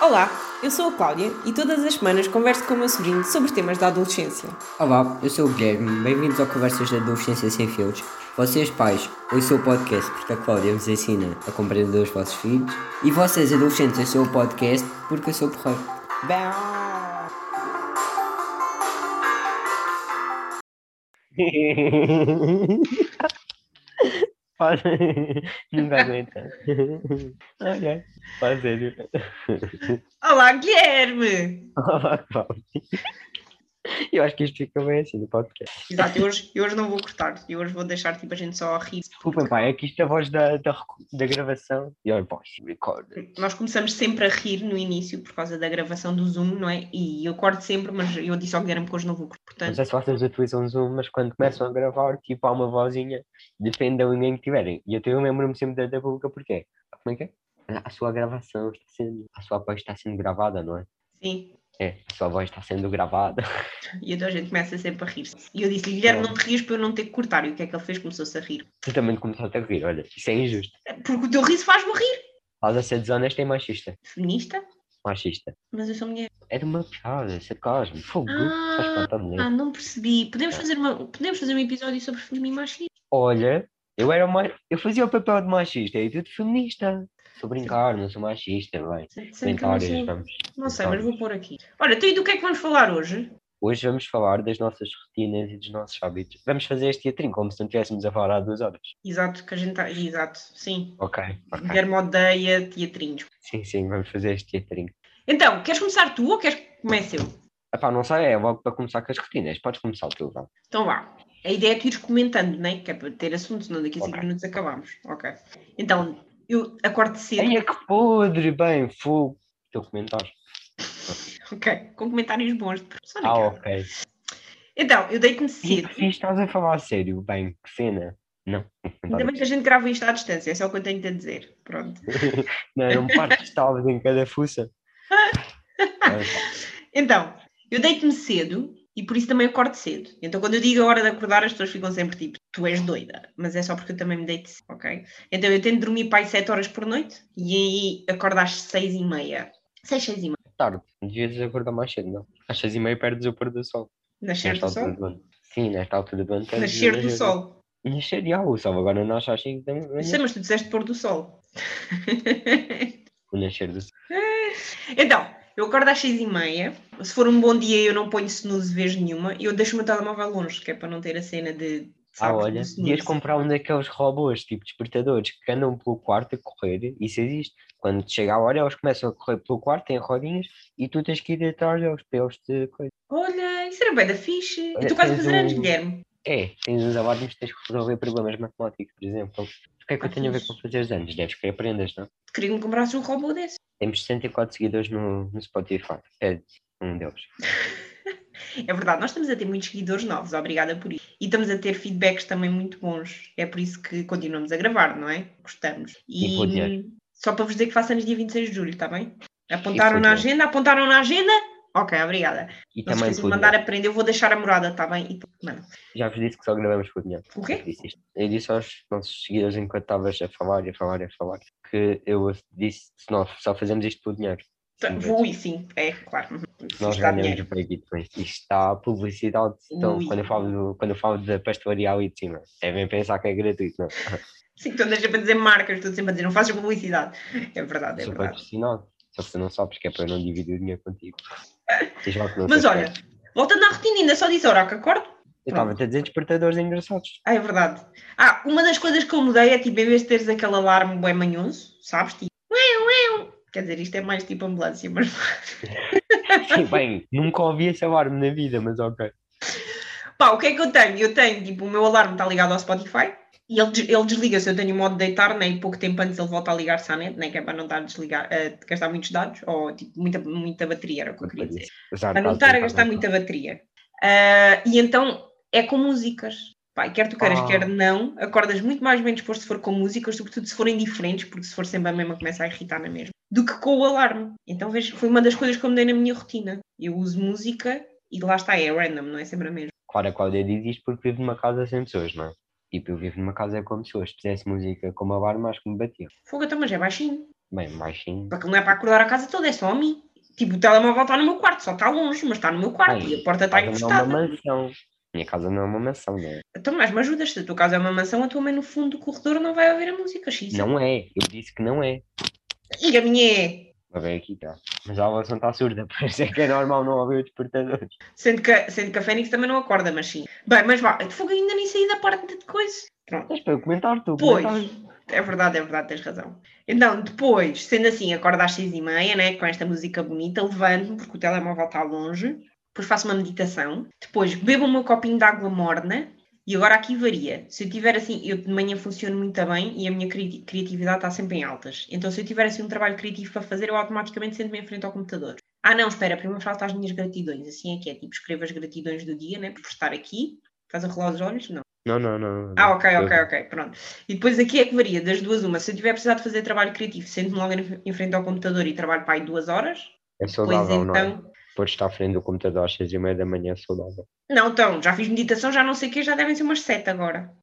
Olá, eu sou a Cláudia e todas as semanas converso com o meu sobrinho sobre temas da adolescência. Olá, eu sou o Guilherme, bem-vindos ao Conversas da Adolescência Sem Filtros. Vocês, pais, ouçam o podcast porque a Cláudia vos ensina a compreender os vossos filhos. E vocês, adolescentes, ouçam o podcast porque eu sou porreiro. Faz... Nunca aguenta. ok. Faz sério. Olá, Guilherme! Eu acho que isto fica bem assim no podcast. Exato, eu hoje, eu hoje não vou cortar, eu hoje vou deixar tipo, a gente só a rir. Desculpem, pá, é que isto é a voz da, da, recu- da gravação. E olha, voz, record. Nós começamos sempre a rir no início por causa da gravação do Zoom, não é? E eu corto sempre, mas eu disse ao Guilherme que hoje não vou cortar. Não Portanto, sei se vocês utilizam Zoom, mas quando começam a gravar, tipo, há uma vozinha, depende da linha que tiverem. E eu tenho- eu lembro-me sempre da, da pública, porquê? Como é que é? A a sua gravação está sendo. A sua voz está sendo gravada, não é? sim, É, a sua voz está sendo gravada. e então a gente começa sempre a rir. E eu disse-lhe, Guilherme, não te rias para eu não ter que cortar. E o que é que ele fez? Começou-se a rir. Tu também começaste a rir, olha, isso é injusto. Porque o teu riso faz-me rir. Estás a ser desonesta e machista. Feminista? Machista. Mas eu sou mulher. Era uma piada, sarcasmo, fogo. Estás Ah, plantado nele. ah, não percebi. Podemos É. fazer, uma, podemos fazer um episódio sobre feminismo e machismo? Olha, eu era uma... eu fazia o papel de machista e tu de feminista. Estou a brincar, não sou machista, vai. Sendo que eu não Comentários, sei, vamos. não sei, mas vou pôr aqui. Olha, então e do que é que vamos falar hoje? Hoje vamos falar das nossas rotinas e dos nossos hábitos. Vamos fazer este teatrinho como se não estivéssemos a falar há duas horas. Exato, que a gente está. Exato, sim. Ok, ok. Guilherme odeia teatrinhos. Sim, sim, vamos fazer este teatrinho. Então, queres começar tu ou queres que comece eu? Epá, não sei, é logo para começar com as rotinas. Podes começar o teu, vá. Então vá. A ideia é tu ires comentando, não é? Que é para ter assunto, senão daqui a 5 Ok. minutos acabamos. Ok. Então, eu acordo cedo. Ai, é que podre, bem, fogo. O teu comentário. Ok. Com comentários bons. de pessoa na Ah, cara. ok. Então, eu deito-me E cedo. que fiz, estás a falar a sério, bem, que cena. Não, um Ainda comentário. bem que a gente grava isto à distância, é só o que eu tenho de dizer. Pronto. não eram partes talvez em cada fuça. Então, eu deito-me cedo e por isso também acordo cedo. Então, quando eu digo a hora de acordar, as pessoas ficam sempre tipo, tu és doida. Mas é só porque eu também me deito cedo, ok? Então, eu tento dormir para aí 7 horas por noite e aí acordo às 6 e meia. 6, 6 e meia. Tarde, devias acordar mais cedo, não? Às seis e meia perdes o pôr do sol. Nascer Nesta do altura sol? do ano. Sim, nesta altura do ano. tens de Nascer do sol. é Nascer, já, o sol agora nasce às cinco da Eu sei, manhã. mas tu disseste pôr do sol. O nascer do sol. então, eu acordo às 6 e meia. Se for um bom dia, eu não ponho snooze vez nenhuma. E eu deixo o meu telemóvel longe, que é para não ter a cena de... Ah, sabes, do olha, snooze. devias comprar um daqueles robôs, tipo despertadores, que andam pelo quarto a correr, isso existe. Quando chega a hora, eles começam a correr pelo quarto, têm rodinhas, e tu tens que ir atrás deles, para eles te coisa. Olha, isso era bem da fixe. E Olha, tu quase tens fazer anos, um- Guilherme. É, tens uns alarmes, tens que resolver problemas matemáticos, por exemplo. O que é que eu Ah, tenho a ver fixe. com fazer os anos? Deves que aprendas, não? queria me comprasse um robô desse. Temos 64 seguidores no, no Spotify. É um deles. É verdade, nós estamos a ter muitos seguidores novos, obrigada por isso. E estamos a ter feedbacks também muito bons. É por isso que continuamos a gravar, não é? Gostamos. E vou dizer. só para vos dizer que faço anos dia 26 de julho, está bem? Apontaram vou na dizer. agenda? Apontaram na agenda? Ok, obrigada. E Não se esqueçam também de por mandar dinheiro. a prenda, eu vou deixar a morada, está bem? E depois manda. Já vos disse que só gravamos por dinheiro. O Eu quê? disse isto. Eu disse aos nossos seguidores enquanto estavas a falar e a falar e a falar que eu disse que nós só fazemos isto por dinheiro. Tá, Sim, Vou e sim, é claro. Uhum. Nós Está ganhamos dinheiro. bem bitcoins. Isto está a publicidade. Então, Ui. quando eu, falo do- quando eu falo da pastelaria ali de cima, devem pensar que é gratuito, não? Sim, tu andas sempre a dizer marcas, estou sempre a dizer, não fazes publicidade. É verdade, é Sou verdade. patrocinado. Só que tu não sabes que é para eu não dividir o dinheiro contigo. Diz lá que não Mas sei olha, se é. voltando à rotina, ainda só disse a hora que acordo. Eu estava-te a dizer despertadores engraçados. Ah, é verdade. Ah, uma das coisas que eu mudei é tipo, em vez de teres aquele alarme bem manhoso, sabes? Tipo, ué, ué. Quer dizer, isto é mais tipo ambulância, mas. Sim, bem, nunca ouvi esse alarme na vida, mas ok. Pá, o que é que eu tenho? Eu tenho, tipo, o meu alarme está ligado ao Spotify e ele, des- ele desliga-se. Eu tenho o modo de deitar, nem pouco tempo antes ele volta a ligar-se à net, nem que é para não estar a desligar, a gastar muitos dados ou tipo, muita, muita bateria, era o que eu queria dizer. Usar Para não dados, estar a usar gastar dados. muita bateria. Ah, e então é com músicas. Pá, quer tu queiras, Ah. quer não, acordas muito mais bem disposto se for com músicas, sobretudo se forem diferentes, porque se for sempre a mesma começa a irritar na mesma, do que com o alarme. Então vejo, foi uma das coisas que eu mudei na minha rotina. Eu uso música e lá está, é random, não é sempre a mesma. Claro, a Cláudia diz isto porque vive numa casa sem pessoas, não é? Tipo, eu vivo numa casa com pessoas. Se fizesse música como a barma, acho que me batia. Fogo, então, mas é baixinho. Bem, baixinho. Porque não é para acordar a casa toda, é só a mim. Tipo, o telemóvel está no meu quarto, só está longe, mas está no meu quarto Bem, e a porta está Casa não é uma encostada. mansão. Minha casa não é uma mansão, não é? Então, mas me ajudas, se a tua casa é uma mansão, a tua mãe no fundo do corredor não vai ouvir a música, X. Não é. Eu disse que não é. E a minha é. Vai ver aqui, tá. Mas a voz não está surda, por isso é que é normal não ouvir o despertador. Sendo que, a- sendo que a Fênix também não acorda, mas sim. Bem, mas vá, de fogo ainda nem saí da parte de coisa. Pronto. Mas para eu comentar, tu Pois. comentar. É verdade, é verdade, tens razão. Então, depois, sendo assim, acordo às seis e meia, né, com esta música bonita, levanto-me, porque o telemóvel está longe, depois faço uma meditação, depois bebo o meu copinho de água morna, e agora aqui varia. Se eu tiver assim, eu de manhã funciono muito bem e a minha cri- criatividade está sempre em altas. Então, se eu tiver assim um trabalho criativo para fazer, eu automaticamente sento-me em frente ao computador. Ah, não, espera, primeiro falta as minhas gratidões. Assim é que é, tipo, escrevo as gratidões do dia, né, por estar aqui. Estás a rolar os olhos? Não. Não, não, não. não. Ah, ok, Eu- ok, ok, pronto. E depois aqui é que varia, das duas uma. Se eu tiver precisado de fazer trabalho criativo, sento-me logo em- em frente ao computador e trabalho para aí duas horas, É depois saudável, não é? então... Por estar à frente do computador às seis e meia da manhã é saudável. Não, então, já fiz meditação, já não sei o que, já devem ser umas sete agora.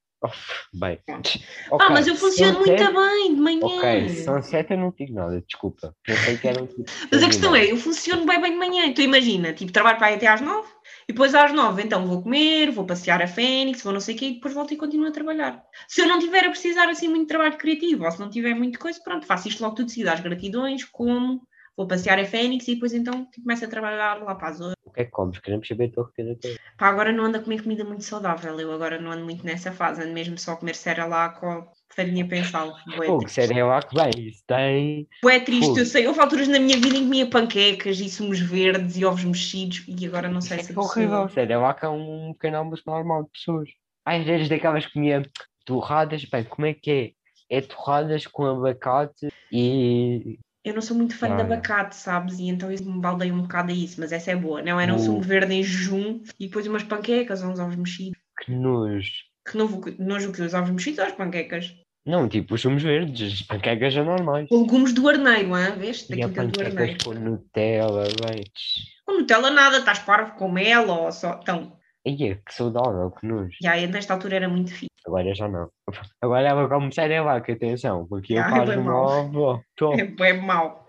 Bem. Pronto. Ok, ah, mas eu funciono muito sunset- bem de manhã. Ok, sunset eu não digo nada, desculpa. Não sei que era um tipo de Mas a questão terminal. é, eu funciono bem bem de manhã, então imagina, tipo, trabalho para aí até às nove, e depois às nove, então vou comer, vou passear a Fênix, vou não sei o quê, e depois volto e continuo a trabalhar. Se eu não tiver a precisar assim muito de trabalho criativo, ou se não tiver muito coisa, pronto, faço isto logo tudo seguido, às gratidões, como, vou passear a Fênix, e depois então começo a trabalhar lá para as oito. O que é que comes? Queremos saber a tua rotina toda. Pá, agora não ando a comer comida muito saudável, eu agora não ando muito nessa fase, ando mesmo só a comer cereal lá com farinha pensal. bué Pô, triste. que sério é lá que bem, isso tem. Bué triste, Fogo. eu sei. Houve alturas na minha vida em que comia panquecas e sumos verdes e ovos mexidos e agora não sei se É horrível, sério, é lá que é um pequeno almoço normal de pessoas. Às vezes daquelas que comia torradas, bem, como é que é? É torradas com abacate e. Eu não sou muito fã de Olha. abacate, sabes? E então isso me baldei um bocado a isso, mas essa é boa. Não era um Boa. sumo verde em jejum e depois umas panquecas ou uns ovos mexidos. que nojo. Que novo, nojo que os ovos mexidos ou as panquecas? Não, tipo, os sumos verdes, as panquecas são normais. Com legumes do arneiro, hã? Vês? E há Daquilo que é do arneiro. panquecas com Nutella, bem. Com Nutella nada, estás parvo com mel ou só... Então, Ai, é que saudável, que nojo. já eu nesta altura era muito fixe. Agora já não. Agora vou começar a vaca, atenção, porque eu Ai, faço bem uma Ah, mal. avó. Tô. É, é mau.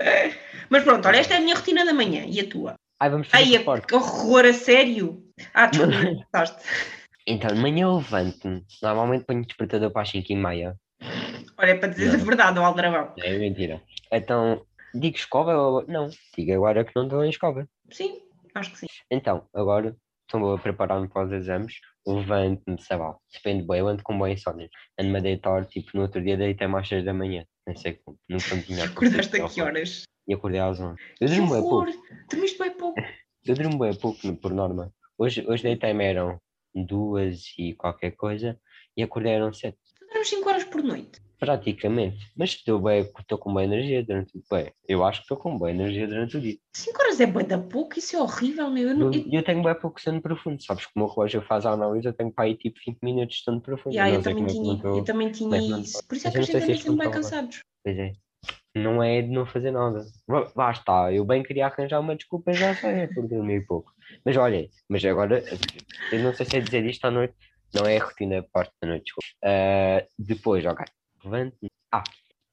Mas pronto, olha, esta é a minha rotina da manhã e a tua? Ai, vamos fazer Ai, é- suporte. que horror, a sério? Ah, desculpa, é? gostaste. Então, de manhã eu levanto-me. Normalmente ponho o despertador para as 5 e meia. Olha, é para dizer a Não. verdade, o Aldrabão. Não, É mentira. Então, digo escova ou... Não, digo agora que não estou em escova. Sim, acho que sim. Então, agora estou a preparar-me para os exames. Levanto-me, sei lá. Depende bem, eu ando com bom insónia. Ando-me a deitar, tipo, no outro dia deitei-me às 6 da manhã. Não sei como. Não estou E melhor. acordaste a que horas? E acordei às 11. Eu Que durmo bem É pouco. horror! Dormiste bem pouco. Eu durmo bem pouco, por norma. Hoje, hoje deitei-me eram duas e qualquer coisa. E acordei eram sete. Tu dormes 5 horas por noite. Praticamente. Mas estou bem, estou com boa energia durante o dia. Eu acho que estou com boa energia durante o dia. 5 horas é bué da pouco, isso é horrível, meu. Eu não... Eu, eu- eu tenho bem pouco sono profundo. Sabes que o meu relógio faz a análise, eu tenho para aí tipo 5 minutos de sono profundo. Ya, eu não sei também como é que tinha, não estou. eu também como é que tinha não isso. Por isso é Mas que eu a não sei gente se anda sempre isto bem não estava. cansados. Pois é. Não é de não fazer nada. Lá- Lá está, eu bem queria arranjar uma desculpa, já sei, é por dormir pouco. Mas olha, mas agora, eu não sei se é dizer isto à noite, não é a rotina parte da noite, desculpa. Ah, depois, ok, levanto-me. Ah,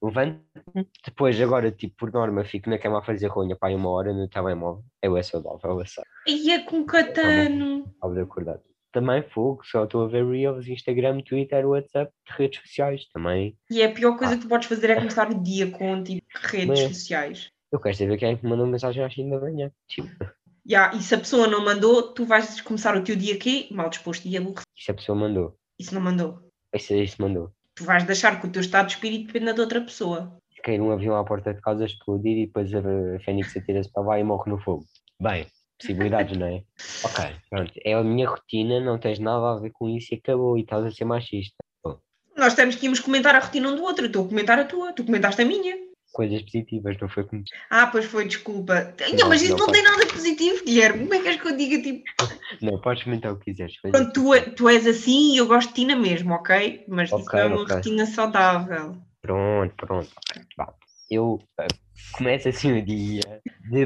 levanto-me. Depois, agora, tipo, por norma, fico na cama a fazer ronha para aí uma hora no telemóvel. Eu é saudável, eu sei, E é com tá catano. estava acordado. Também fogo, só estou a ver Reels, Instagram, Twitter, WhatsApp, redes sociais também. E a pior Ah. coisa que tu podes fazer é começar o dia com tipo, redes Bem. sociais. Eu quero saber quem é que me mandou mensagem às 5 da manhã. Tipo, Ya, e se a pessoa não mandou, tu vais começar o teu dia aqui mal disposto e aborrecido. se a pessoa mandou. E se não mandou? Isso, isso mandou. tu vais deixar que o teu estado de espírito dependa de outra pessoa. Cair um avião à porta de casa, explodir e depois a, a Fênix atira-se para lá e morre no fogo. Bem, possibilidades, não é? Ok, pronto. É a minha rotina, não tens nada a ver com isso e acabou. E estás a ser machista. Nós temos que irmos comentar a rotina um do outro. Eu estou a comentar a tua, tu comentaste a minha. Coisas positivas, não foi como. Ah, pois foi, desculpa. Não, Não, mas isso não não, faz. tem nada de positivo, Guilherme. Como é que és que eu diga? Tipo, Não, podes comentar o que quiseres. coisas pronto, tu, é- tu és assim e eu gosto de ti na mesma, ok? Mas isso Ok, não é uma ok. rotina saudável. Pronto, pronto. ok, vá. Eu eh, começo assim o dia,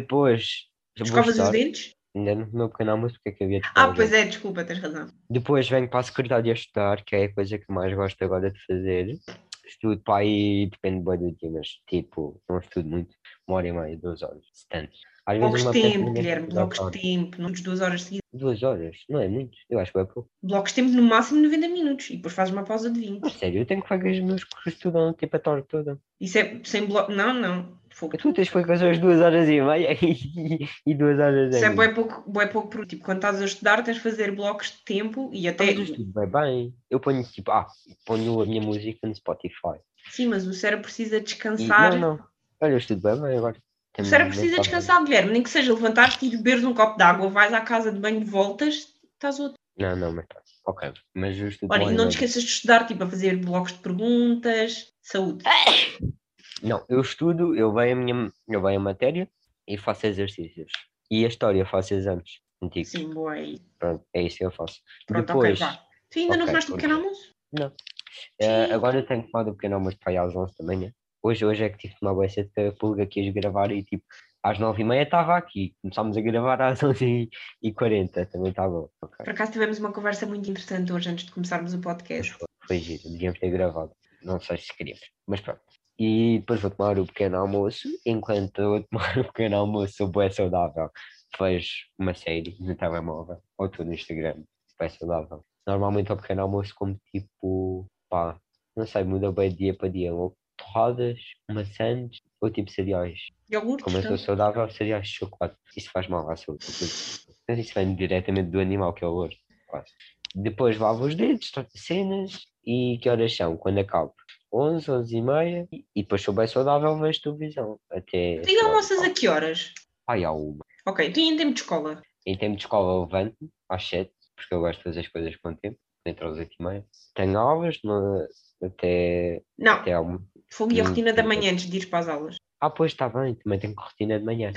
depois. vou Escovas os estudar. dentes? Ainda no meu pequeno almoço, porque é que havia de Ah, escovar os pois é, desculpa, tens razão. Depois venho para a secretaria estudar, que é a coisa que mais gosto agora de fazer. estudo para aí, depende bem do dia, mas tipo, não estudo muito, uma hora e meia, duas horas, se tanto. Às Blocos de uma peça tempo, ninguém Guilherme, estuda blocos de tanto. tempo, não duas horas seguidas. Duas horas, não é muito, eu acho que é pouco. Blocos de tempo no máximo 90 minutos e depois fazes uma pausa de 20. Mas sério, eu tenho colegas meus que estudam tipo a tarde toda. Isso é sem bloco. Não, não. Fogo. Tu tens colegas às duas horas e meia e, e duas horas Isso é e bué pouco, bué pouco produtivo. Tipo, quando estás a estudar, tens de fazer blocos de tempo e até. Mas eu estudo bem, bem. Eu ponho tipo, ah, ponho a minha música no Spotify. Sim, mas o cérebro precisa E, descansar. não, não. Olha, eu estudo bem, bem agora. O Também cérebro não precisa tá bem. descansar, Guilherme. Nem que seja levantar-te e beberes um copo de água, vais à casa de banho, voltas, estás outro. Não, não, mas tá. Ok, mas eu estudo Olha, bem. e não agora. te esqueças de estudar, tipo, a fazer blocos de perguntas, saúde. Não, eu estudo, eu vejo a minha eu vejo a matéria e faço exercícios. E a história, faço exames. Antigo. Sim, boa aí. Pronto, é isso que eu faço. Pronto, Depois, ok, vá. Tu ainda não Ok, foste o pequeno ok. almoço? eh, Sim. agora eu tenho que tomar do pequeno almoço para ir às 11 da manhã. Hoje, hoje é que tive de tomar bem cedo, porque a pulga quis gravar e tipo, às 9h30 estava aqui. Começámos a gravar às 11h40, também está bom. Ok. Por acaso tivemos uma conversa muito interessante hoje antes de começarmos o Mas podcast. foi, foi giro, é, devíamos ter gravado. Não sei se queríamos, mas pronto. E depois vou tomar o pequeno almoço. Enquanto eu tomar o pequeno almoço, sou bué saudável. Vejo uma série no telemóvel ou estou no Instagram. Bué saudável. Normalmente ao pequeno almoço como tipo, pá, não sei, muda bem de dia para dia. Ou torradas, maçãs ou tipo cereais. Iogurtes, Como eu sou não? saudável, cereais de chocolate. Isso faz mal à saúde. porque- Mas isso vem diretamente do animal que é o ouro. Quase. Depois lavo os dedos, troco cenas e que horas são? Quando acabo? 11, 11 e meia e e depois sou bem saudável vejo televisão até... Tu ainda almoças a que horas? Ai, à uma. Ok, tu ainda em tempo de escola. Em tempo de escola eu levanto-me às 7 porque eu gosto de fazer as coisas com tempo, entre às 8 e meia. Tenho aulas no- até, Não, até à uma. fogo e a Hum, rotina da sim, manhã antes de ires para as aulas. Ah, pois está bem, também tenho cortina de manhã.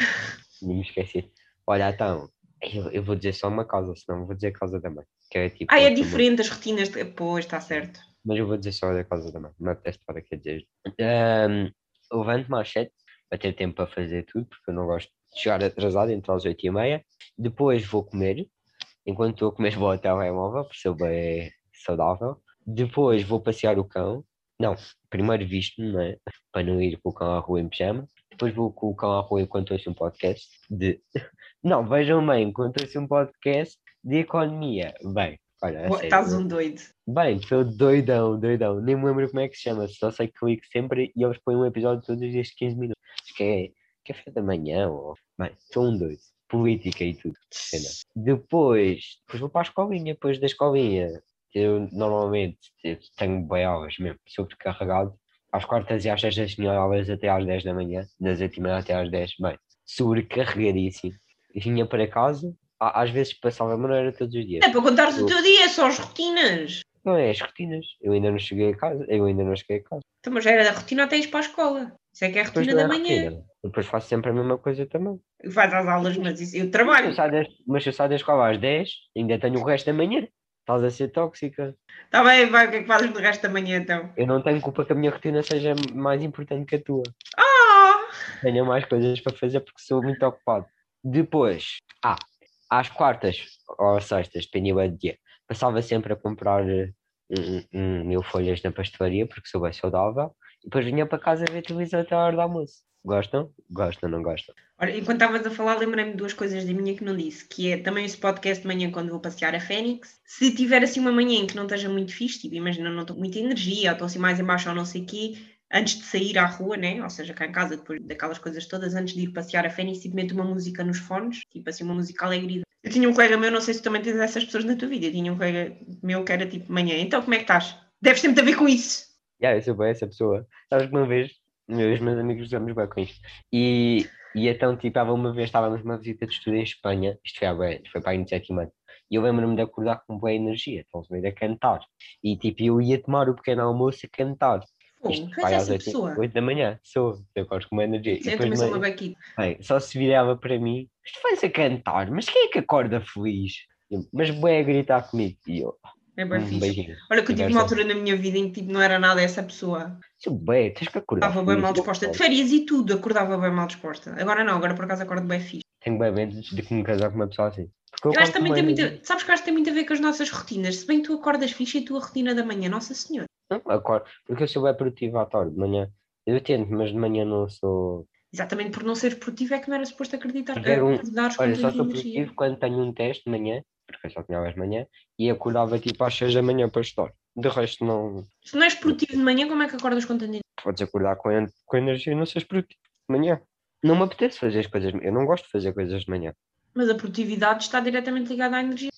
Não me esqueci. Olha, então, eu, eu vou dizer só uma causa, senão vou dizer causa da mãe. Que é tipo. Ah, é outra mãe. diferente as rotinas. de- Pois, está certo. Mas eu vou dizer só a causa da mãe. Não até estar aqui a dizer. Ahm, Levanto-me às 7 para ter tempo para fazer tudo, porque eu não gosto de chegar atrasado entre as 8 e meia. Depois vou comer. Enquanto estou a comer, vou ao telemóvel, porque sou bem saudável. Depois vou passear o cão. Não, primeiro visto-me, não é? Para não ir com o cão à rua em pijama. Depois vou com o cão à rua enquanto ouço um podcast de. Não, vejam bem, enquanto ouço um podcast de economia. Bem, olha. a Boa, sério, Estás eu- um doido. Bem, sou doidão, doidão. Nem me lembro como é que se chama, só sei que clico sempre e eles põem um episódio todos os dias de 15 minutos. Acho que é café da manhã ou. Bem, sou um doido. Política e tudo. sei lá. Depois, depois vou para a escolinha, depois da escolinha. Eu normalmente eu tenho bem aulas mesmo, sobrecarregado. Às quartas e às sextas tinha aulas até às 10 da manhã, das 8 e meia até às 10. Bem, sobrecarregadíssimo. Vinha para casa, a- às vezes passava, mas não era todos os dias. É para contares o teu dia, só as rotinas. Não é as rotinas. Eu ainda não cheguei a casa. Eu ainda não cheguei a casa. Então, mas era da rotina até ires para a escola. Isso é que é a Depois rotina não da é manhã. rotina. Depois faço sempre a mesma coisa também. Vais às aulas, mas isso, eu Eu trabalho. saio das- mas eu saio da escola às 10, ainda tenho o resto da manhã. Estás a ser tóxica. Está bem, vai, o que é que fazes do resto da manhã então? Eu não tenho culpa que a minha rotina seja mais importante que a tua. Ah! Tenho mais coisas para fazer porque sou muito ocupado. Depois, ah, às quartas ou às sextas, dependia bem do dia, passava sempre a comprar eh, um- um- mil folhas na pastelaria porque sou bem saudável. E depois vinha para casa ver televisão até a hora do almoço. Gostam? Gostam, não gostam? Olha, enquanto estavas a falar, lembrei-me de duas coisas da minha que não disse, que é também esse podcast de manhã quando vou passear a Fênix. Se tiver assim uma manhã em que não esteja muito fixe, tipo, imagina, não estou com muita energia, ou estou assim mais em baixo ou não sei o quê, antes de sair à rua, né? Ou seja, cá em casa, depois daquelas coisas todas, antes de ir passear a Fênix, tipo, meto uma música nos fones, tipo assim, uma música alegre. Eu tinha um colega meu, não sei se tu também tens essas pessoas na tua vida, eu tinha um colega meu que era tipo de manhã, então como é que estás? Deves ter muito a ver com isso. Yeah, eu sou bem essa pessoa. Sabes que uma vez, eu e os meus amigos usamos bem com isto. E, e então, tipo, estava uma vez, estávamos numa visita de estudo em Espanha, isto foi, há bué- isto foi para aí no sétimo ano, e eu lembro-me de acordar com boa energia, estão a ver, a cantar. E tipo, eu ia tomar o pequeno almoço a cantar. Pô, Isto mas vai às essa 8, pessoa. 8 da manhã, sou, eu gosto com uma energia. E Sim, Eu depois, também sou uma mãe- baquita. bem, só se virava para mim, isto vais a cantar, mas quem é que acorda feliz? Eu, Mas bué a gritar comigo. E eu, É bem um fixe. beijinho. Olha que eu tive Conversa. uma altura na minha vida em que tipo, não era nada essa pessoa. Sou bué, tens que acordar. Estava bem feliz, mal eu disposta. acordo. De férias e tudo, acordava bem mal disposta. Agora não, agora por acaso acordo bem fixe. tenho bem medo de que me casar com uma pessoa assim. Porque Eu acho que acordo também tem bem- muito. Sabes que acho que tem muito a ver com as nossas rotinas. Se bem que tu acordas fixe e a tua rotina da manhã, Nossa Senhora. Não, acordo. Porque eu sou bem produtivo à tarde, de manhã. Eu tento, mas de manhã não sou. Exatamente por não seres produtivo é que não era suposto acreditar eh, Porque era um- acordares com Olha, só tanta sou energia. produtivo quando tenho um teste de manhã, porque eu só tinha horas de manhã, e acordava tipo às 6 da manhã para estudar. De resto, não. Se não és produtivo de manhã, como é que acordas com tanta energia? Podes acordar com, en- com energia e não seres produtivo de manhã. Não me apetece fazer as coisas. Eu não gosto de fazer coisas de manhã. Mas a produtividade está diretamente ligada à energia.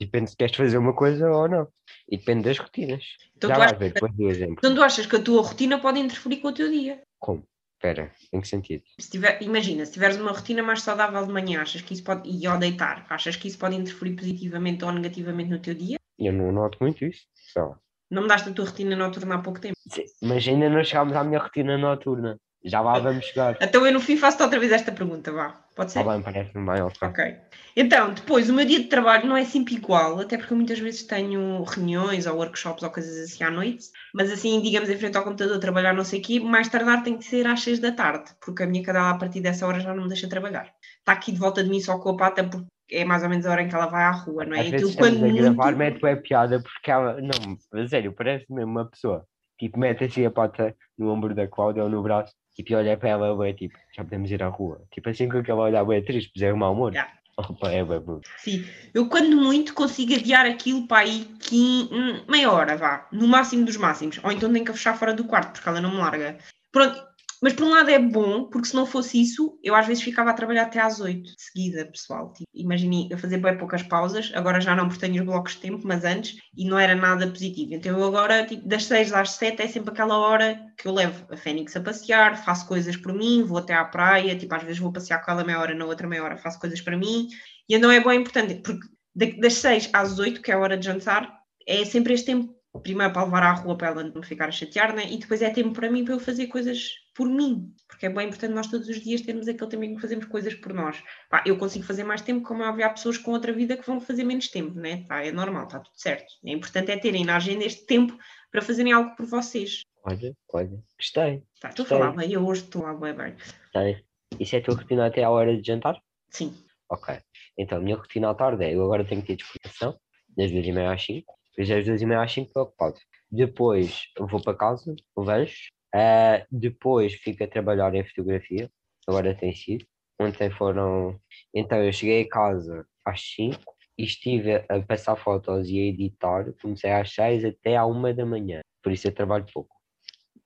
Depende se queres fazer uma coisa ou não. E depende das rotinas. Então, Já tu vais achas, ver, depois do exemplo. então tu achas que a tua rotina pode interferir com o teu dia? Como? Espera, em que sentido? Se tiver- imagina, se tiveres uma rotina mais saudável de manhã, achas que isso pode. E ao deitar, achas que isso pode interferir positivamente ou negativamente no teu dia? Eu não noto muito isso. Só. Não me daste a tua rotina noturna há pouco tempo. Sim, Mas ainda não chegámos à minha rotina noturna. Já lá vamos chegar. Então eu no fim faço-te outra vez esta pergunta, vá. Pode ser? Está bem, parece-me bem, ok. Ok. Então, depois, o meu dia de trabalho não é sempre igual, até porque eu muitas vezes tenho reuniões ou workshops ou coisas assim à noite, mas assim, digamos, em frente ao computador, trabalhar não sei o quê, mais tardar tem que ser às seis da tarde, porque a minha cadela a partir dessa hora já não me deixa trabalhar. Está aqui de volta de mim só com a pata, porque é mais ou menos a hora em que ela vai à rua, não é? Às Aquilo vezes estamos a gravar, muito- mete é piada porque ela. Não, a sério, parece mesmo uma pessoa. Tipo, mete assim a pata no ombro da Cláudia ou no braço. Tipo, e olha para ela, ué, tipo, já podemos ir à rua. Tipo assim com aquela olhar, ué, triste, pois é um mau humor. Já. Opa, é bué burro. Sim, eu quando muito consigo adiar aquilo para aí quin- hum, meia hora, vá, no máximo dos máximos. Ou então tenho que a fechar fora do quarto, porque ela não me larga. Pronto, mas por um lado é bom, porque se não fosse isso, eu às vezes ficava a trabalhar até às 8 de seguida, pessoal. Tipo, imagine eu fazer bem poucas pausas, agora já não, porque tenho os blocos de tempo, mas antes, e não era nada positivo. Então eu agora, tipo, das 6 às 7 é sempre aquela hora que eu levo a Fênix a passear, faço coisas por mim, vou até à praia, tipo, às vezes vou passear com ela meia hora, na outra meia hora faço coisas para mim. E então é bom importante, porque da- das 6 às 8, que é a hora de jantar, é sempre este tempo. Primeiro para levar à rua para ela não me ficar a chatear, né? e depois é tempo para mim para eu fazer coisas por mim, porque é bem importante nós todos os dias termos aquele tempo em que fazemos coisas por nós. Pá, eu consigo fazer mais tempo, como é óbvio, há pessoas com outra vida que vão fazer menos tempo, né? Pá, é normal, está tudo certo. É importante é terem na agenda este tempo para fazerem algo por vocês. Olha, olha, gostei, Tá, estou a Sim. falar bem, eu hoje estou a falar bem, bem. gostei. Isso é a tua rotina até à hora de jantar? Sim, Ok. Então, a minha rotina à tarde é, eu agora tenho que ter disposição, das duas e meia às cinco, depois das duas e meia às cinco estou ocupado. Depois eu vou para casa, vejo, ah, depois fico a trabalhar em fotografia, agora tem sido. Ontem foram... Então, eu cheguei a casa às cinco e estive a passar fotos e a editar, comecei às seis até à uma da manhã, por isso eu trabalho pouco.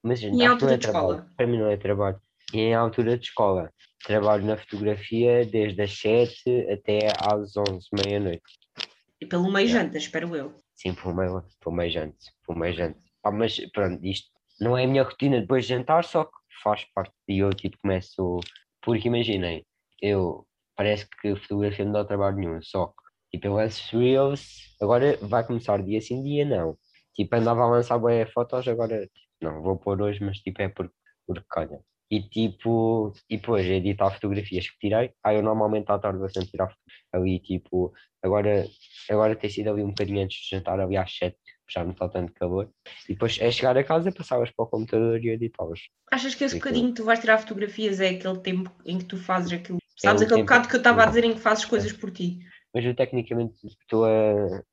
Mas acho que não altura é de trabalho, escola? Para mim não é trabalho. E em altura de escola, Trabalho na fotografia desde as 7 até às 11, meia-noite. e pelo meio Yeah. janta, espero eu. Sim, por meio, por meio jante, por meio jante. Ah, mas pronto, isto não é a minha rotina depois de jantar, só que faz parte. E eu tipo começo, porque imaginem, eu parece que fotografia não dá trabalho nenhum, só que tipo eu lanço reels, agora vai começar dia sim, dia não. Tipo, andava a lançar boas fotos, agora tipo, não, vou pôr hoje, mas tipo é porque, porque olha. E tipo, e depois editar fotografias que tirei, ah, eu normalmente à tarde vou sempre tirar foto- ali tipo, agora agora tem sido ali um bocadinho antes de jantar, ali às 7, já não está tanto calor. E depois é chegar a casa, passavas para o computador e editavas. Achas que esse Sim, sim. bocadinho que tu vais tirar fotografias é aquele tempo em que tu fazes aquilo? Sabes É o aquele tempo bocado que eu estava a que- É. dizer em que fazes coisas por ti? Mas eu tecnicamente estou a,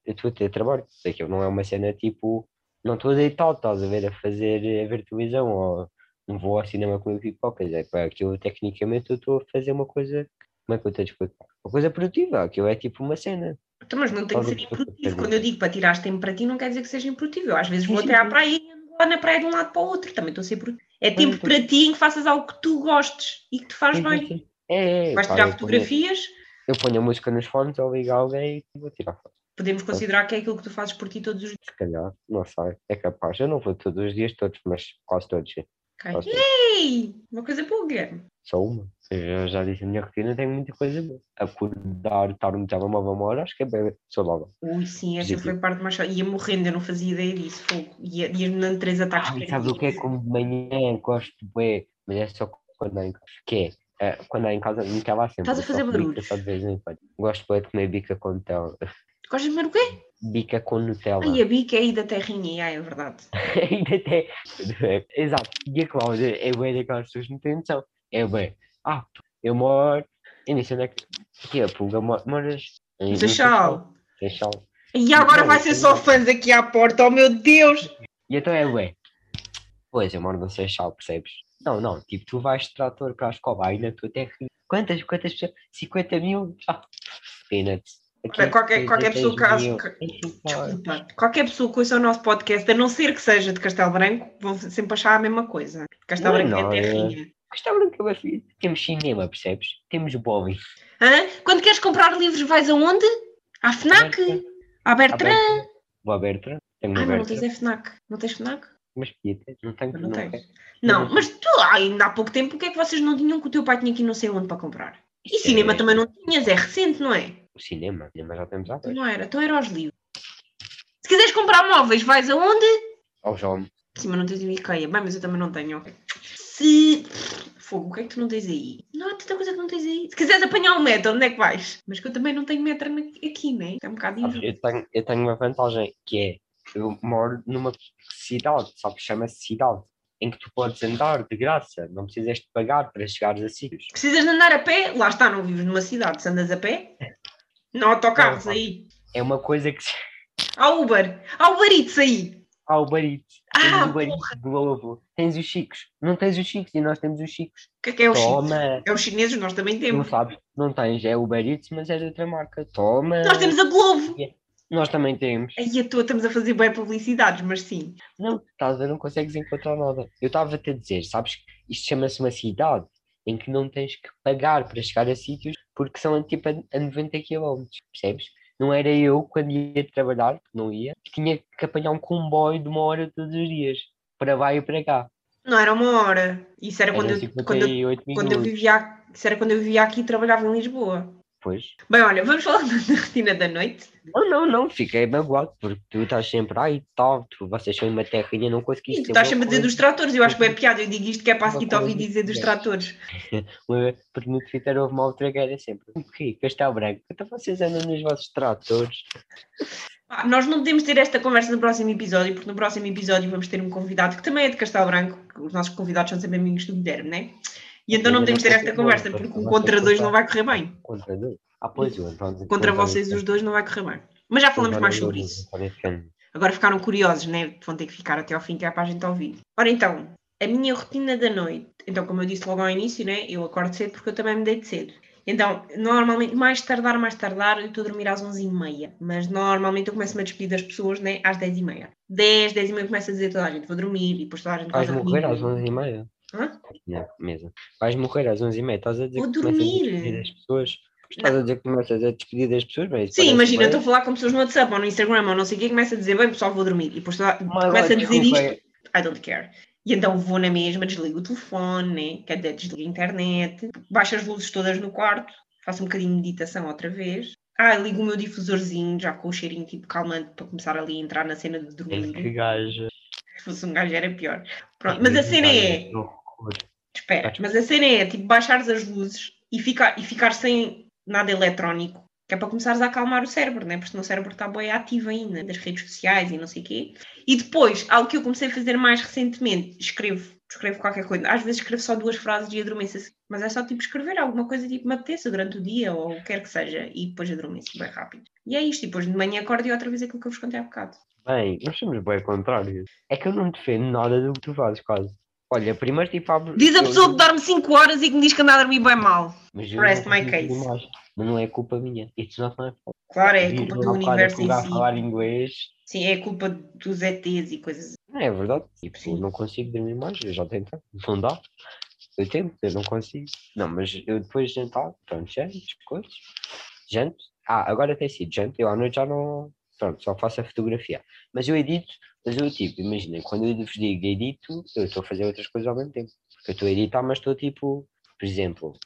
eu estou a ter trabalho, sei que não é uma cena tipo, não estou deitado, estás a ver, a fazer, a ver televisão ou não vou ao cinema comer pipocas, é para aquilo tecnicamente eu estou a fazer uma coisa, como é que eu estou a explicar? Uma coisa produtiva, aquilo é tipo uma cena. Então, mas não tem que Talvez ser fosse improdutivo. fazer. Quando eu digo para tirar tempo para ti, não quer dizer que seja improdutivo. Eu às vezes vou Sim, até à sim. praia e ando lá na praia de um lado para o outro. Também estou a ser produtivo. É tempo sim. para ti em que faças algo que tu gostes e que te faz Sim, sim, bem. sim. É, é, Vais pá, tirar eu ponho- fotografias, Eu ponho a música nos fones, ou ligo alguém e vou tirar foto. podemos considerar que é aquilo que tu fazes por ti todos os dias. Se calhar, não sei, é capaz. Eu não vou todos os dias, todos, mas quase todos. sim. Ok. Quase todos. Ei, uma coisa boa, Guilherme. Só uma. Eu já disse, a minha rotina tem muita coisa boa. Acordar, estar no telemóvel uma hora, acho que é bem saudável. Ui, sim, essa Positivo. foi a parte mais chata. Ia morrendo, eu não fazia ideia disso. Fogo. Ia- Ia-me dando três ataques Ah, e sabes o que é? cardíacos. Como de manhã, gosto de bué, mas é só quando há em casa. Que é, eh, quando há em casa, não quer lá sempre. Estás a eu só fazer comi barulho. Só de vez em quando. Gosto bué de comer bica com Nutella. Gostas de comer o quê? Bica com Nutella. Ai, a bica é aí da terrinha, ai, é verdade. Ainda até. Exato. E a Cláudia é bem daquelas pessoas que não têm noção. É bem. Ah, eu moro. Eu nem sei onde é que. Aqui é a pulga, mo- moras. em- no Seixal. Seixal. é? E agora vai ser só fãs aqui à porta, oh meu Deus! E então é bué. Pois, eu moro no Seixal, percebes? Não, não, tipo, tu vais de trator para a escola, ainda tu até... Quantas, quantas pessoas? 50 mil? Ah, peanuts. é Aqui Olha, qualquer- tens qualquer 10 pessoa que ache mil. que- é? Desculpa, qualquer pessoa que ouça o nosso podcast, a não ser que seja de Castelo Branco, vão sempre achar a mesma coisa. Castelo Não, Branco não, é terrinha. Gostava de acabar filho. Temos cinema, percebes? Temos bowling. Hã? Quando queres comprar livros, vais aonde? À FNAC? À Bertrand? Vou à Bertrand. Tenho Ah, uma não, não tens Bertrand. a FNAC. Não tens FNAC? Mas podia ter. Não tenho. Mas não tenho. tens. Não. Não, mas tu ainda há pouco tempo, o que é que vocês não tinham que o teu pai tinha que ir não sei onde para comprar? E cinema É. também não tinhas, é recente, não é? O cinema. Cinema já temos há Então dois. Não era, então era aos livros. Se quiseres comprar móveis, vais aonde? Ao Jome. Sim, mas não tens o IKEA. Bem, mas eu também não tenho. ok. Se. Fogo, o que é que tu não tens aí? Não há tanta coisa que não tens aí. Se quiseres apanhar um metro, onde é que vais? Mas que eu também não tenho metro na- aqui, né? É um bocado Sabes, injusto. Eu tenho, eu tenho uma vantagem que é eu moro numa cidade, sabes? Chama-se cidade, em que tu podes andar de graça, não precisas de pagar para chegares a sítios. Precisas de andar a pé? Lá está, não vives numa cidade. Se andas a pé, não há autocarros aí. É uma coisa que se- Há Uber. Há Uber Eats aí. há o barito. Tens Ah, o barito do meu avô. Tens os Chicos. Não tens os Chicos e nós temos os Chicos. O que é que é o Chile? Toma! É os chineses, nós também Não temos. sabes, não tens, é o barito, mas é de outra marca. Toma! Nós temos a Globo. Nós também temos. Aí a tua estamos a fazer boas publicidades, mas sim. Não, estás a ver, não consegues encontrar nada. Eu estava a te dizer, sabes, que isto chama-se uma cidade em que não tens que pagar para chegar a sítios porque são tipo a a 90 km, percebes? Não era eu, quando ia trabalhar, que não ia, que tinha que apanhar um comboio de uma hora todos os dias, para lá e para cá. Não era uma hora. Isso era É quando, Eram eu, quando, eu, 58 quando eu minutos. vivia. Isso era quando eu vivia aqui e trabalhava em Lisboa. Pois. Bem, olha, vamos falar da rotina da noite. Não, não, não, fiquei magoado, porque tu estás sempre aí e tal, tu, vocês são uma terrinha, não conseguiste. E tu ter estás uma sempre a dizer coisa. dos tratores, eu acho que é piada, eu digo isto que é para a Uma seguir te ouvir coisa dizer dos que tratores. Uma- Porque no Twitter houve uma outra guerra sempre. O quê? Castelo Branco? Então vocês andam nos vossos tratores. Pá, nós não podemos ter esta conversa no próximo episódio, porque no próximo episódio vamos ter um convidado que também é de Castelo Branco, que os nossos convidados são sempre amigos do Guilherme, não é? E então não Ainda não podemos ter sei esta se conversa, vou, porque porque um não contra sei dois não contar. vai correr bem. Contra dois. Ah, pois, o António. Contra vocês os dois não vai correr bem. Mas já falamos mais sobre isso. Agora ficaram curiosos, né? Vão ter que ficar até ao fim, que é para a gente ouvir. Ora então, a minha rotina da noite. Então, como eu disse logo ao início, né? Eu acordo cedo porque eu também me deito cedo. Então, normalmente, mais tardar, mais tardar, eu estou a dormir às 11h30. Mas normalmente eu começo-me a despedir das pessoas, né? Às 10h30. 10, 10h30 eu começo a dizer a toda a gente, vou dormir e depois toda a gente vai Vais morrer dormir. às 11h30. Hã? Não, mesmo. Vais morrer às 11h30. Estás a dizer Vou que começas a dormir. despedir das pessoas. Estás a dizer que começas a despedir das pessoas, mas. Sim, parece imagina, eu bem. estou a falar com pessoas no WhatsApp ou no Instagram ou não sei o quê, começo a dizer, bem pessoal, vou dormir. E depois toda- Mas começo a olha, dizer desculpa, isto I don't care. E então vou na mesma, desligo o telefone, né? quer dizer, desligo a internet, baixo as luzes todas no quarto, faço um bocadinho de meditação outra vez. Ah, ligo o meu difusorzinho, já com o cheirinho tipo calmante, para começar ali a entrar na cena de Ei, é Que dormir. gajo. Se fosse um gajo era pior. Pronto, mas a cena é, espera, Acho- mas a cena é tipo baixares as luzes e ficar, e ficar sem nada eletrónico, que é para começares a acalmar o cérebro, né? porque senão o cérebro está bem ativo ainda, das redes sociais e não sei o quê. E depois, algo que eu comecei a fazer mais recentemente, escrevo, escrevo qualquer coisa. Às vezes escrevo só duas frases e adormeço assim, mas é só tipo escrever alguma coisa tipo me apeteça durante o dia ou o que quer que seja, e depois adormeço bem rápido. E é isto, e depois de manhã acordo e outra vez aquilo que eu vos contei há bocado. Bem, nós somos bem contrários. É que eu não defendo nada do que tu fazes, quase. Olha, primeiro tipo abro. Diz a eu- pessoa que tá dorme 5 horas e que me diz que anda a dormir bem mal. Mas eu Rest não my consigo case. demais. Mas não é culpa minha. It's not my fault. Claro, é Diz culpa lá do um bocado universo que o em gajo si. falar inglês. Sim, é culpa dos ETs e coisas. assim. Não é verdade. Tipo, Sim. não consigo dormir mais. Eu já tentei. Não dá. Eu tento, eu não consigo. Não, mas eu depois de jantar, pronto, janto, coisas. Janto. Ah, agora tem sido janto. Eu à noite já não. Pronto, só faço a fotografia. Mas eu edito, mas eu tipo, imagina, quando eu vos digo edito, eu estou a fazer outras coisas ao mesmo tempo. Eu estou a editar, mas estou tipo, por exemplo,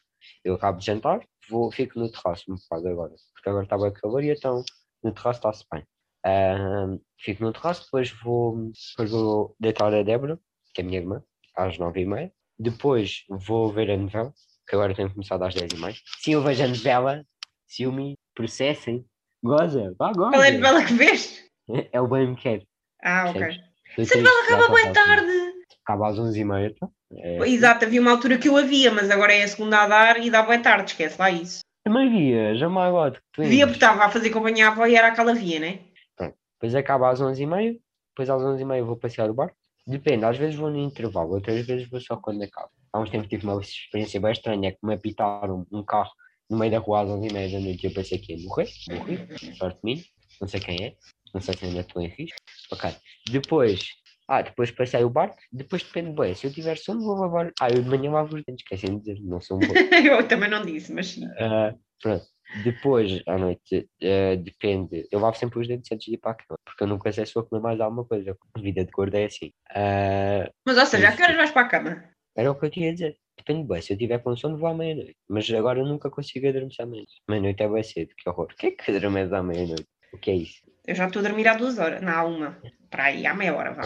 eu acabo de jantar, vou, fico no terraço um bocado agora, porque agora está bem calor e então no terraço está-se bem. Ahm, fico no terraço, depois vou, depois vou deitar a Débora, que é a minha irmã, às nove e meia. Depois vou ver a novela, que agora tem começado às dez e meia. Se eu vejo a novela, se eu me processem, goza, vá goza. Qual é a novela que vês? É o bem me quer. Ah, ok. Percebes? Essa novela acaba bem tarde. Acaba às 11h30. Tá? É. Exato, havia uma altura que eu a via, mas agora é a segunda a dar e dá boa tarde, esquece lá isso. Também via, já me agora. Via porque estava a fazer companhia à avó e era aquela via, né? Depois acaba às 11h30. depois às 11h30 eu vou passear o bar. Depende, às vezes vou no intervalo, outras vezes vou só quando acabo. Há uns tempos tive uma experiência bem estranha, é que me apitaram um carro no meio da rua às 11h30 da noite e eu pensei que ia morrer, morri, sorte de mim, não sei quem é, não sei se ainda estou em risco. Ok, depois, ah, depois passei o bar, depois depende bem, se eu tiver sono vou lavar, ah, eu de manhã lavo os dentes, esqueci de dizer, não sou um bom. Eu também não disse, mas sim. Ah, pronto. Depois, à noite, ah, depende. Eu lavo sempre os dentes antes de ir para a cama, porque eu nunca sei se vou comer mais alguma coisa. A vida de gorda é assim. Ah, Mas, ou seja, a que horas vais para a cama? era o que eu tinha a dizer. Depende bem. Se eu tiver com sono, vou à meia-noite. Mas agora eu nunca consigo adormecer à meia-noite. Meia-noite é bem cedo, que horror. O que é que adormeces à meia-noite? O que é isso? Eu já estou a dormir há duas horas. Não, há uma. Para aí, há meia hora, vá.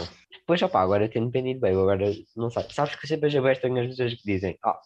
Pois, opá, agora tenho dependido bem. eu Agora, não sei. Sabes que eu sempre acho bem estranho as pessoas que dizem, ah,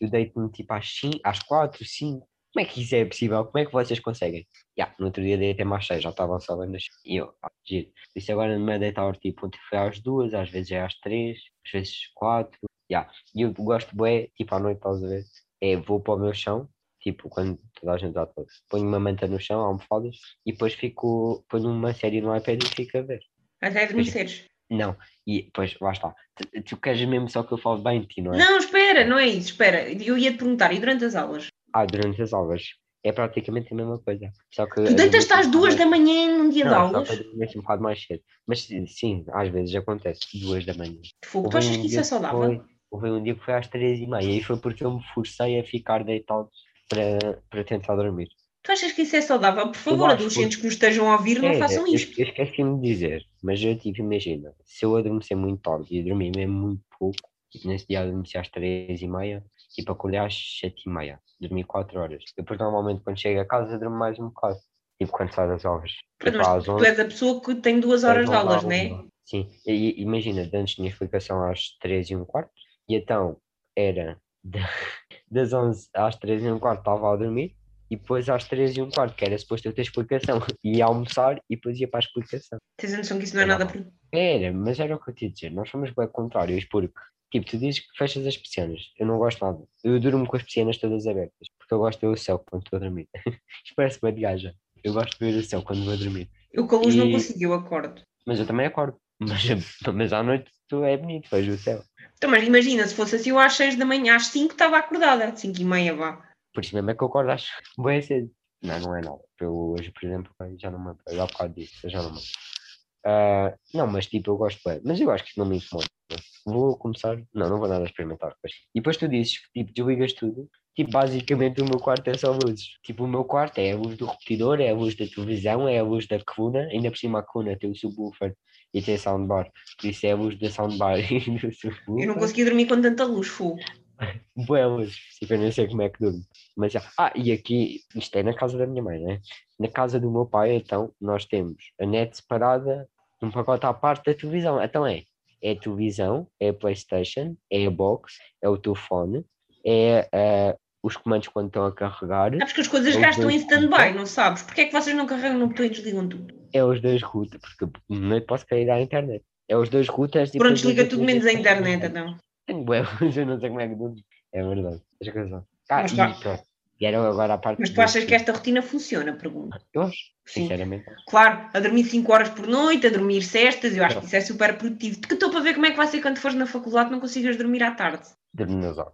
eu deito-me tipo às 5, às 4, 5. Como é que isso é possível? Como é que vocês conseguem? Já, no outro dia dei até mais 6, já estava só bem nas... E eu, ah, giro. Por isso agora não me deitar, tipo, ontem foi às 2, às vezes é às 3, às vezes 4. Já, e eu gosto bem, tipo, à noite, estás a ver? É, vou para o meu chão, tipo, quando toda a gente está todo, ponho uma manta no chão, almofadas, e depois fico, ponho uma série no iPad e fico a ver. Até adormeceres. Não, e pois lá está. Tu, tu queres mesmo só que eu fale bem de ti, não é? Não, espera, não é isso. Espera, eu ia te perguntar, e durante as aulas? Ah, durante as aulas. É praticamente a mesma coisa. Só que Tu deitas-te às duas da manhã num dia de É, Não, só aulas? que adormeço um bocado mais cedo. Mas sim, sim, às vezes acontece, duas da manhã. Fogo, Houve tu achas um que isso dia é saudável? foi- Houve um dia que foi às três e meia e foi porque eu me forcei a ficar deitado para, para tentar dormir. Tu achas que isso é saudável? Por favor, acho, adolescentes que nos estejam a ouvir, não É, façam eu- isto. Eu esqueci-me de dizer, mas eu tipo, imagina, se eu adormecer muito tarde e dormir mesmo muito pouco, tipo, nesse dia adormeci às três e meia, tipo, acordei às sete e meia, dormi quatro horas. Depois normalmente quando chego a casa durmo mais um bocado, tipo quando saio das aulas. Pronto, Tipo, mas às tu onze, és a pessoa que tem duas horas de dez, onze, aulas, não dá é? Então, uma. Sim, e- e, imagina, antes tinha explicação às três e um quarto, e então era da- das onze às três e um quarto estava a dormir, e depois às três e um quarto, que era suposto eu ter explicação, ia almoçar e depois ia para a explicação. Tens a noção que isso não é nada produtivo. Era, mas era o que eu te ia dizer. Nós somos bem contrários, porque, tipo, tu dizes que fechas as persianas. Eu não gosto nada. Eu durmo com as persianas todas abertas, porque eu gosto de ver o céu quando estou a dormir. Isto parece bem de gaja. Eu gosto de ver o céu quando vou dormir. Eu com a luz não E- consigo, eu acordo. Mas eu também acordo. Mas, mas à noite tu é bonito, vejo o céu. Então, mas imagina, se fosse assim, eu às seis da manhã, às cinco estava acordada, cinco e meia, vá. Por isso mesmo é que eu acordo às bem cedo. Não, não é nada. Eu hoje, por exemplo, eu já não me eu há bocado disso, eu já não me Ah, Não, mas tipo, eu gosto bem. Mas eu acho que isso não me incomoda. Vou começar. Não, não vou nada experimentar. Depois. E depois tu dizes que tipo, desligas tudo. Tipo, basicamente o meu quarto é só luzes. Tipo, o meu quarto é a luz do repetidor, é a luz da televisão, é a luz da coluna. Ainda por cima a coluna tem o subwoofer e tem a soundbar. Por isso é a luz da soundbar e do subwoofer. Eu não conseguia dormir com tanta luz, fogo. Bué luz, tipo, eu nem sei como é que durmo. Mas, já- ah, e aqui, isto é na casa da minha mãe, né? Na casa do meu pai, então, nós temos a net separada, um pacote à parte da televisão. Então é, é a televisão, é a Playstation, é a box, é o telefone, é ah, os comandos quando estão a carregar, Sabes que as coisas Eu gastam dou- em stand-by, não sabes? Porquê é que vocês não carregam no botão e desligam tudo? é os dois routers, porque não posso cair à internet. É os dois routers... e Pronto, depois os desliga dois tudo menos a routers. internet, então. Tenho bué luz, eu não sei como é que durmo. É verdade, tens razão. Ah, Mas e, tá. pronto, e era agora a parte... Mas tu do achas que filme. esta rotina funciona? Pergunto. Eu acho. Sim. Sinceramente. Claro, a dormir 5 horas por noite, a dormir cestas, eu acho que isso é super produtivo. Porque estou para ver como é que vai ser quando fores na faculdade não consigas dormir à tarde. Dormi nos olhos.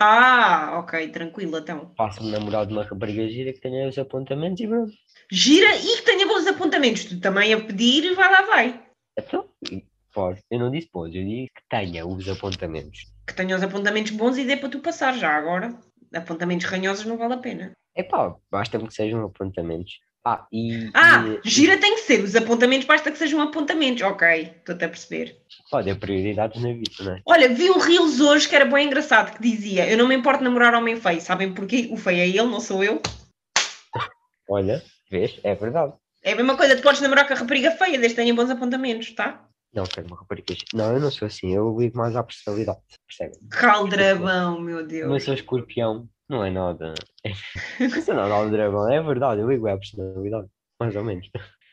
Ah, ok, tranquilo, então. Faço-me namorar de uma rapariga gira que tenha os apontamentos e pronto. Gira e que tenha bons apontamentos. Tu também a pedir, vai lá, vai. Então, e pode. Eu não disse pode, eu disse que tenha os apontamentos. Que tenha os apontamentos bons e dê para tu passar já agora. Apontamentos ranhosos não vale a pena. É pá, basta-me que sejam apontamentos. Ah, e. Ah, e- gira tem que ser. Os apontamentos basta que sejam apontamentos. Ok, estou-te a perceber. Pode, é prioridades na vida, não é? Olha, vi um Reels hoje que era bem engraçado, que dizia Eu não me importo namorar homem feio. Sabem porquê? O feio é ele, não sou eu. Olha, vês? É verdade. É a mesma coisa, tu podes namorar com a rapariga feia, desde que tenha bons apontamentos, tá? Não, quero uma rapariga gira. Não, eu não sou assim, eu ligo mais à personalidade, percebe? Caldrabão, meu Deus. Mas sou escorpião, não é nada. Isso é nada ao dragão, é verdade, eu ligo à personalidade, mais ou menos.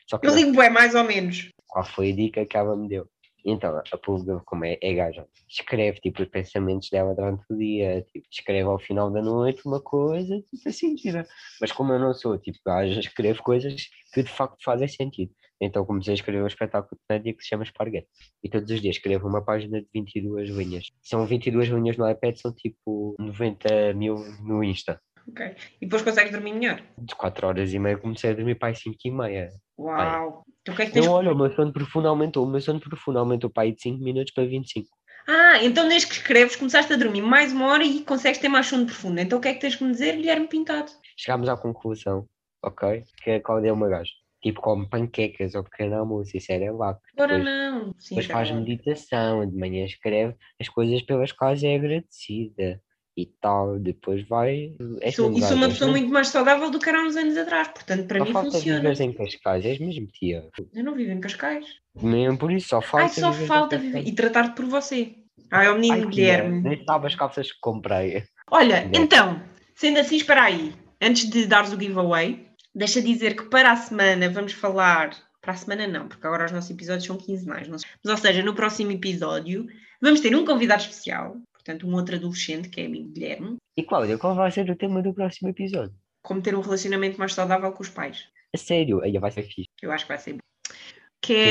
Só que Eu ligo bem, mais ou menos. qual foi a dica que ela me deu. Então, a pública, como é, é gaja, escreve tipo os pensamentos dela durante o dia, tipo, escreve ao final da noite uma coisa, tipo assim, gira. Mas como eu não sou tipo gaja, escrevo coisas que de facto fazem sentido. Então comecei a escrever um espetáculo de comédia que se chama Esparguete. E todos os dias escrevo uma página de 22 linhas. São 22 linhas no iPad, são tipo 90 mil no Insta. Ok. E depois consegues dormir melhor. De 4 horas e meia comecei a dormir para as 5 e meia. Uau! Então o que é que tens. Não, olha, o meu sono profundo aumentou. O meu sono profundo aumentou para aí de 5 minutos para 25. Ah, então desde que escreves começaste a dormir mais uma hora e consegues ter mais sono profundo. Então o que é que tens que me dizer, Guilherme Pintado? Chegámos à conclusão, ok? Que a Cláudia é uma gaja. Tipo, come panquecas ao pequeno almoço, isso era lá. Agora Depois, não. Sim, depois tá faz bom. meditação, de manhã escreve as coisas pelas quais é agradecida e tal. Depois vai. E és sou, um e sou uma gajo, pessoa não- muito mais saudável do que era há uns anos atrás, portanto, para Só mim falta funciona. viveres em Cascais, és mesmo tia. Eu não vivo em Cascais. Mesmo por isso, só falta. Ai, só viveres em falta Cascais. viver. E tratar-te por você. Ai, ao menino Ai, Guilherme. Guilherme, Nem sabe as calças que comprei. Olha, Bom. então, sendo assim, espera aí. Antes de dares o giveaway, deixa dizer que para a semana vamos falar. Para a semana não, porque agora os nossos episódios são quinzenais. não- Mas, ou seja, no próximo episódio vamos ter um convidado especial, portanto, um outro adolescente, que é amigo de Guilherme, E Cláudia, qual vai ser o tema do próximo episódio? como ter um relacionamento mais saudável com os pais. A sério, aí vai ser fixe. Eu acho que vai ser bom.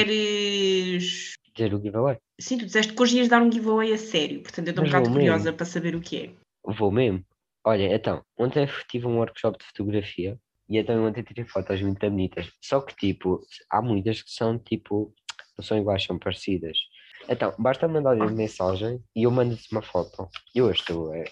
Queres. Dizer o giveaway. Sim, tu disseste que hoje ias dar um giveaway a sério, portanto, eu estou um Mas é. bocado vou curiosa mesmo. para saber o que é. Vou mesmo. Olha, então, ontem tive um workshop de fotografia e então ontem tirei fotos muito bonitas. Só que, tipo, há muitas que são, tipo, não são iguais, são parecidas. Então, basta mandar uma mensagem e eu mando-te uma foto. Eu estou, é,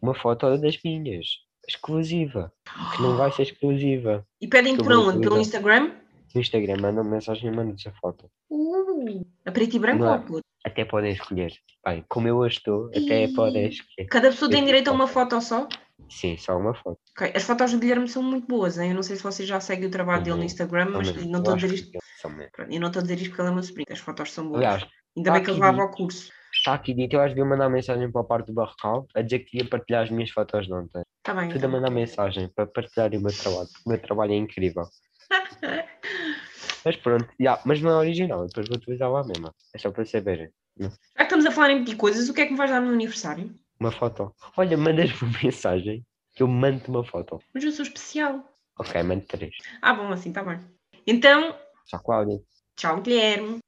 uma foto das minhas, exclusiva, que não vai ser exclusiva. E pedem Que por onde? Pelo loucura. Instagram? No Instagram, mandam mensagem e mandam-te a foto. Uh, a preto e branco Não. ou é. a cor? Até podem escolher. Bem, como eu hoje estou, até Ih. podem escolher. Cada pessoa É tem direito tipo a uma foto só? Sim, só uma foto. Ok, As fotos do Guilherme são muito boas, hein? eu não sei se vocês já seguem o trabalho dele no Uhum. Instagram, mas Também, não eu estou a acho dizer que é isto. são mesmo. pronto, Eu não estou a dizer isto porque ele é meu sobrinho, as fotos são boas. Aliás, Ainda tá bem que ele aqui levava ao curso. Está aqui dito, eu acho que devia mandar mensagem para a parte do Barrocal a dizer que ia partilhar as minhas fotos de ontem. Está bem. Tudo a então. mandar mensagem para partilhar o meu trabalho, porque o meu trabalho é incrível. Mas pronto, já, mas não é original, depois vou utilizar lá mesmo. É só para saberem. Já que estamos a falar em pedir coisas, o que é que me vais dar no meu aniversário? Uma foto. Olha, mandas-me uma mensagem que eu mando-te uma foto. Mas eu sou especial. Ok, mando três. Ah, bom, assim, está bem. tá Então, Só Cláudia. tchau, Guilherme.